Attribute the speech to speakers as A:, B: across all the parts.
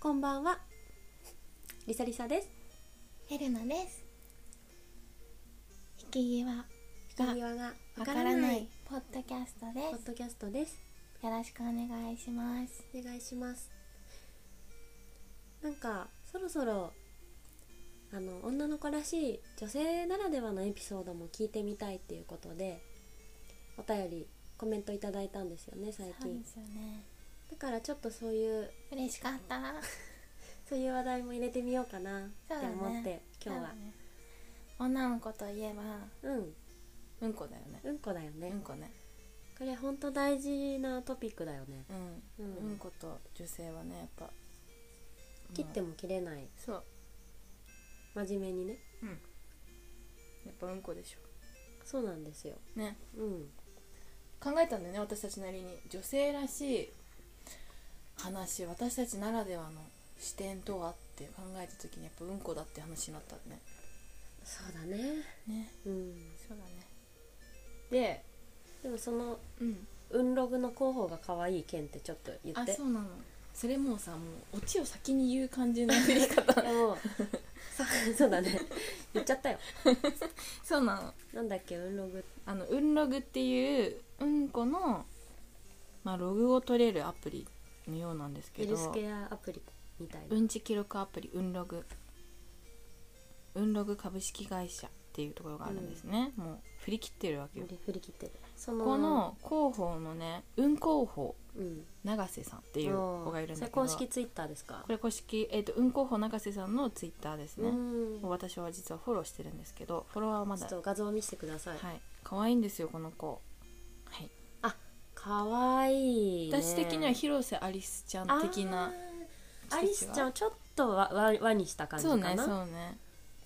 A: こんばんは。リサリサです。
B: ヘルナです引き際
A: 引き際がわか
B: わからら
A: ない
B: ないポッドキャスト
A: ポ
B: で
A: ッドキャストです。
B: すよろしくお願いします
A: お願いします。なんかそろそろあの女の子らしい女性ならではのエピソードも聞いてみたいっていうことでお便りコメントいただいたんですよね最
B: そう
A: 近
B: で。すよね
A: だからちょっとそういう
B: 嬉しかった
A: そういう話題も入れてみようかなって
B: そうだね
A: 思って、今日は
B: そうだね女の子といえば
A: うん
B: うんこだよね
A: うんこだよね、
B: うんこね
A: これほんと大事なトピックだよね、
B: う
A: うんん
B: うんこと女性はねやっぱ
A: 切って
B: も
A: も切れない
B: そう
A: 真面目にね
B: うんやっぱうんこでし
A: そうなんですよ
B: ょね
A: うん
B: 考えたんだよね私たちなりに女性らしい話私たちならではの視点とはって考えた時にやっぱうんこだって話になったんだね
A: そうだね
B: ね
A: うん
B: そうだねで
A: でもその
B: うん
A: 運ログの候補が可愛い件ってちょっと言
B: あ
A: って
B: そうなのそれもうさもうオチを先に言う感じの振り方
A: でもさそうだね言っちゃったよ
B: そうなの
A: なんだっけ運ログ
B: あのうんログっていううんこの、まあ、ログを取れるアプリのようなんですけ
A: ヘ
B: ど
A: ルスケアアプリみたいな、
B: うんち記録アプリうんログうんログ株式会社っていうところがあるんですね、もう振り切ってるわけよ
A: 振り振り切ってるそ
B: この広報のねうん広報
A: うん
B: 永瀬さんっていう子がいるんだけ
A: そ
B: ど
A: れ公式ツイッターですか
B: これ公式、えー、とうん広報永瀬さんのツイッターですね、
A: うん
B: もう私は実はフォローしてるんですけどフォロワーはま
A: ちょ
B: だ
A: っと画像を見せてください、
B: はい可愛いんですよこの子はい
A: かわいい、ね、
B: 私的には広瀬アリスちゃん的な
A: あーアリスちゃんをちょっと和和和にした感じ
B: そ
A: か
B: うね
A: な
B: そう
A: う
B: ね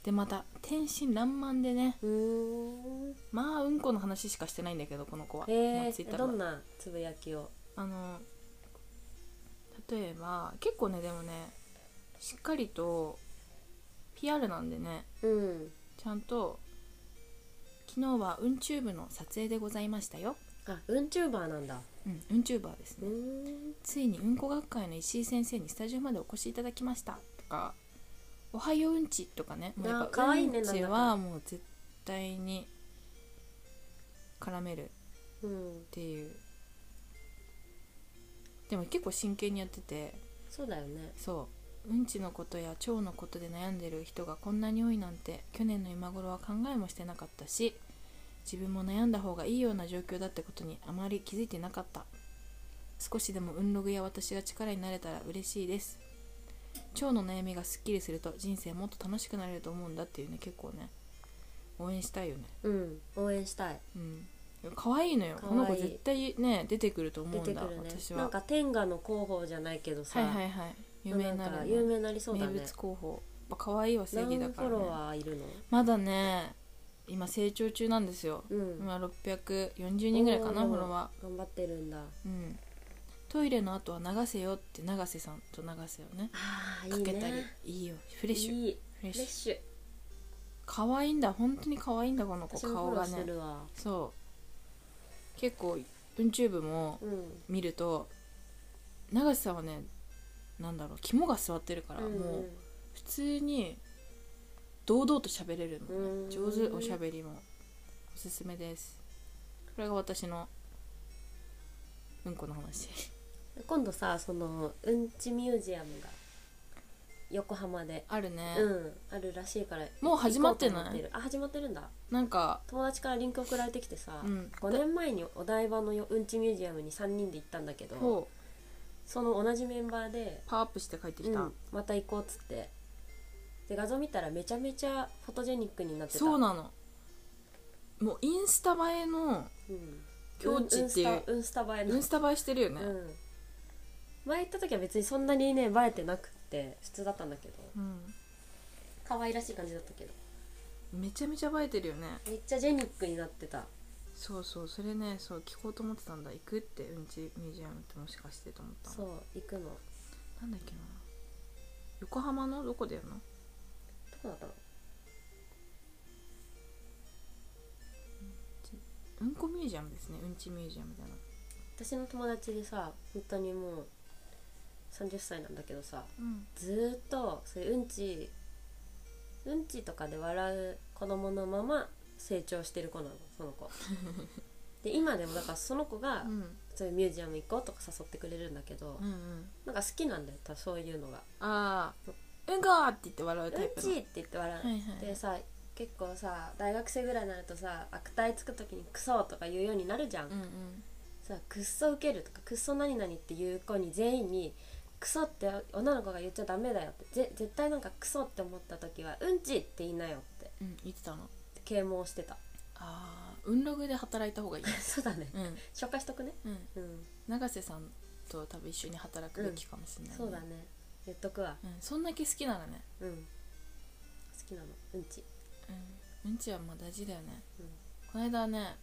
B: でまた天真爛漫でね
A: ーん
B: まあうんこの話しかしてないんだけどこの子は、
A: へ
B: まあ
A: え
B: ツイッター
A: ど
B: は
A: んなつぶやきを
B: あの例えば結構ねでもねしっかりと PR なんでね
A: うん
B: ちゃんと「昨日はうんチューブの撮影でございましたよ
A: あうんチューバーなんだ」
B: うんうんチューバーです
A: うー
B: ね、
A: ん
B: ついにうんこ学会の石井先生にスタジオまでお越しいただきましたとか「おはよううんち」とかねもうやっ
A: あー
B: ぱ
A: 可愛いね
B: うんち
A: な
B: はもう絶対に絡める
A: うん
B: っていうでも結構真剣にやってて
A: そうだよね
B: そううんちのことや腸のことで悩んでる人がこんなに多いなんて去年の今頃は考えもしてなかったし自分も悩んだ方がいいような状況だってことにあまり気づいてなかった少しでもうんログや私が力になれたら嬉しいです腸の悩みがすっきりすると人生もっと楽しくなれると思うんだっていうね結構ね応援したいよね
A: うん応援したい
B: うん可愛いのよ
A: 可愛い
B: この子絶対ね出てくると思
A: 出
B: う
A: て
B: んだ
A: くるね
B: 私
A: なん
B: は
A: か天下の広報じゃないけどさ、
B: はいはいはい有名になる
A: んか
B: ね
A: 有名になりそうだ
B: 名
A: ね
B: 物候補やっぱ可愛いは正
A: 何
B: 義だ
A: 人
B: か
A: フォ
B: ら、ね
A: ロ、ワーいるの
B: まだね今成長中なんですよ、
A: うん
B: 今640人ぐらいかな
A: おー
B: フォロワ
A: 頑張ってるんだ
B: ーうんトイレの後は流せよって永瀬さんと永瀬をね
A: ああいい
B: か
A: ね
B: けたりいいよフレッシュ
A: いい
B: フレッ
A: フレッ
B: シュ
A: シュ
B: 可愛いんだ本当に可愛いんだこの子
A: 私もフ
B: 顔
A: ォロー
B: が
A: して
B: ね
A: るわ、
B: そう結構 YouTube も
A: うん
B: 見ると永瀬さんはねなんだろう肝が据わってるから、
A: うん
B: もう普通に堂々と喋れるのね
A: うん
B: 上手おしゃべりもおすすめですこれが私のうんこの話
A: 今度さそのうんちミュージアムが横浜で、
B: あるね、
A: うんあるらしいから
B: もう始まって
A: 行こうと
B: な
A: 思
B: い
A: るあ始まってるんだ
B: なんか
A: 友達からリンク送られてきてさ、
B: うん
A: 5年前にお台場のようんちミュージアムに3人で行ったんだけど
B: こう
A: その同じメンバーで、
B: パワーアップして帰ってき
A: う
B: た、
A: んまた行こうっつってで画像見たらめちゃめちゃフォトジェニックになってた
B: そうなのもうインスタ映えの
A: うん
B: 境地っていう
A: うんうんスタうんスタ映え
B: イ
A: の
B: ンスタ映えしてるよね、
A: うん前行った時は別にそんなにね映えてなくって普通だったんだけど
B: うん
A: 可愛らしい感じだったけど
B: めちゃめちゃ映えてるよね
A: めっちゃジェニックになってた
B: そうそうそれねそう聞こうと思ってたんだ行くってうんちミュージアムってもしかしてと思ったの
A: そう行くのど
B: なんだっけな横浜のどこだよな
A: こだったの
B: うんこミュージアムですねうんちミュージアムだな
A: 私の友達でさ本当にもう30歳なんだけどさ
B: うん
A: ずーっとそういううんちうんちとかで笑う子供のまま成長してる子なのその子 で今でもだからその子が
B: うん
A: そういうミュージアム行こうとか誘ってくれるんだけど、
B: うんうん
A: なんか好きなんだよ多分そういうのが
B: ああうんこーって言って笑
A: 「う
B: うんタイプ
A: ち!」
B: の、
A: って言って笑う、
B: はいはい
A: でさ結構さ大学生ぐらいになるとさ悪態つく時に「クソ!」とか言うようになるじゃん、
B: うんうん
A: さ「クッソウケる」とか「クッソ何々」っていう子に全員に「クソ」って女の子が言っちゃダメだよってぜ絶対なんか「クソ」って思った時は「うんち」って言いなよって
B: うん言ってたの
A: 啓蒙してた
B: ああ運ログで働いた方がいい
A: そうだね
B: うん
A: 紹介しとくね
B: うん
A: うん
B: 永瀬さんと多分一緒に働くべきかもしれない、
A: そうだね言っとくわ
B: うんそんだけ好きならね
A: うん好きなのうんち
B: うんうんちはまあ大事だよね、
A: うん
B: この間ね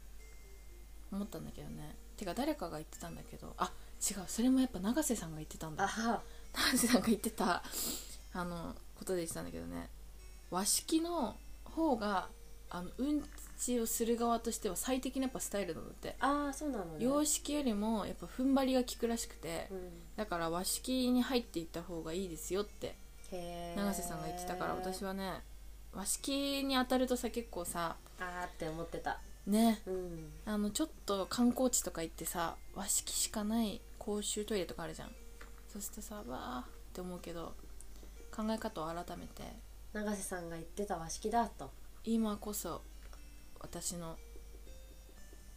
B: 思ったんだけどねてか誰かが言ってたんだけどあ違うそれもやっぱ永瀬さんが言ってたんだ
A: あは
B: 永瀬さんが言ってたあのことで言ってたんだけどね和式の方があのうんちをする側としては最適なやっぱスタイルなんだって
A: ああそうなのね
B: 洋式よりもやっぱ踏ん張りが効くらしくて、
A: うん
B: だから和式に入っていった方がいいですよって
A: へえ
B: 永瀬さんが言ってたから私はね和式に当たるとさ結構さ
A: ああって思ってた
B: ね
A: うん
B: あのちょっと観光地とか行ってさ和式しかない公衆トイレとかあるじゃんそうするとさわーって思うけど考え方を改めて
A: 永瀬さんが言ってた和式だと
B: 今こそ私の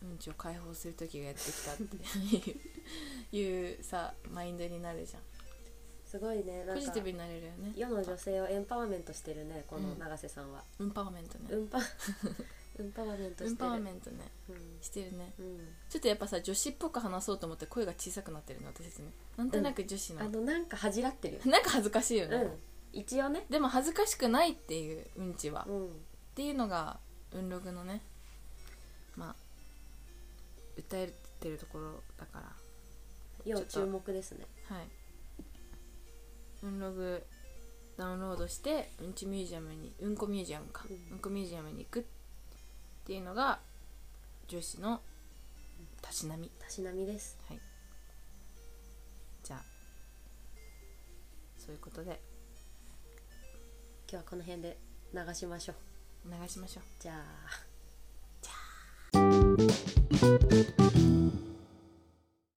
B: うんちを解放する時がやってきたっていう いうさマインドになるじゃ
A: すごいねなんんか
B: ポジティブになれるよね
A: 世の女性をエンパワーメントしてるねこの
B: うん
A: 永瀬さんは、
B: うんパワーメント
A: う
B: ね
A: んぱうんパワーメントしてる
B: うんパワーメントね
A: うん
B: してるね
A: うん
B: ちょっとやっぱさ女子っぽく話そうと思って声が小さくなってるの私たちねなんとなく女子の、
A: あのなんか恥じらってるよ、
B: なんか恥ずかしいよね、
A: うん一応ね
B: でも恥ずかしくないっていううんちは、
A: う
B: っ
A: ん
B: ていうのがうんろぐのねまあ歌えてるところだか
A: 要
B: ちょっと
A: 注目ですね
B: らはいうんろぐダウンロードしてうんちミュージアムにうんこミュージアムか、
A: うん
B: うんこミュージアムに行くっていうのが女子のたしなみ
A: たしなみです
B: はい。じゃあ、そういうことで
A: 今日はこの辺で流しましょう
B: 流しましょう。
A: じゃあ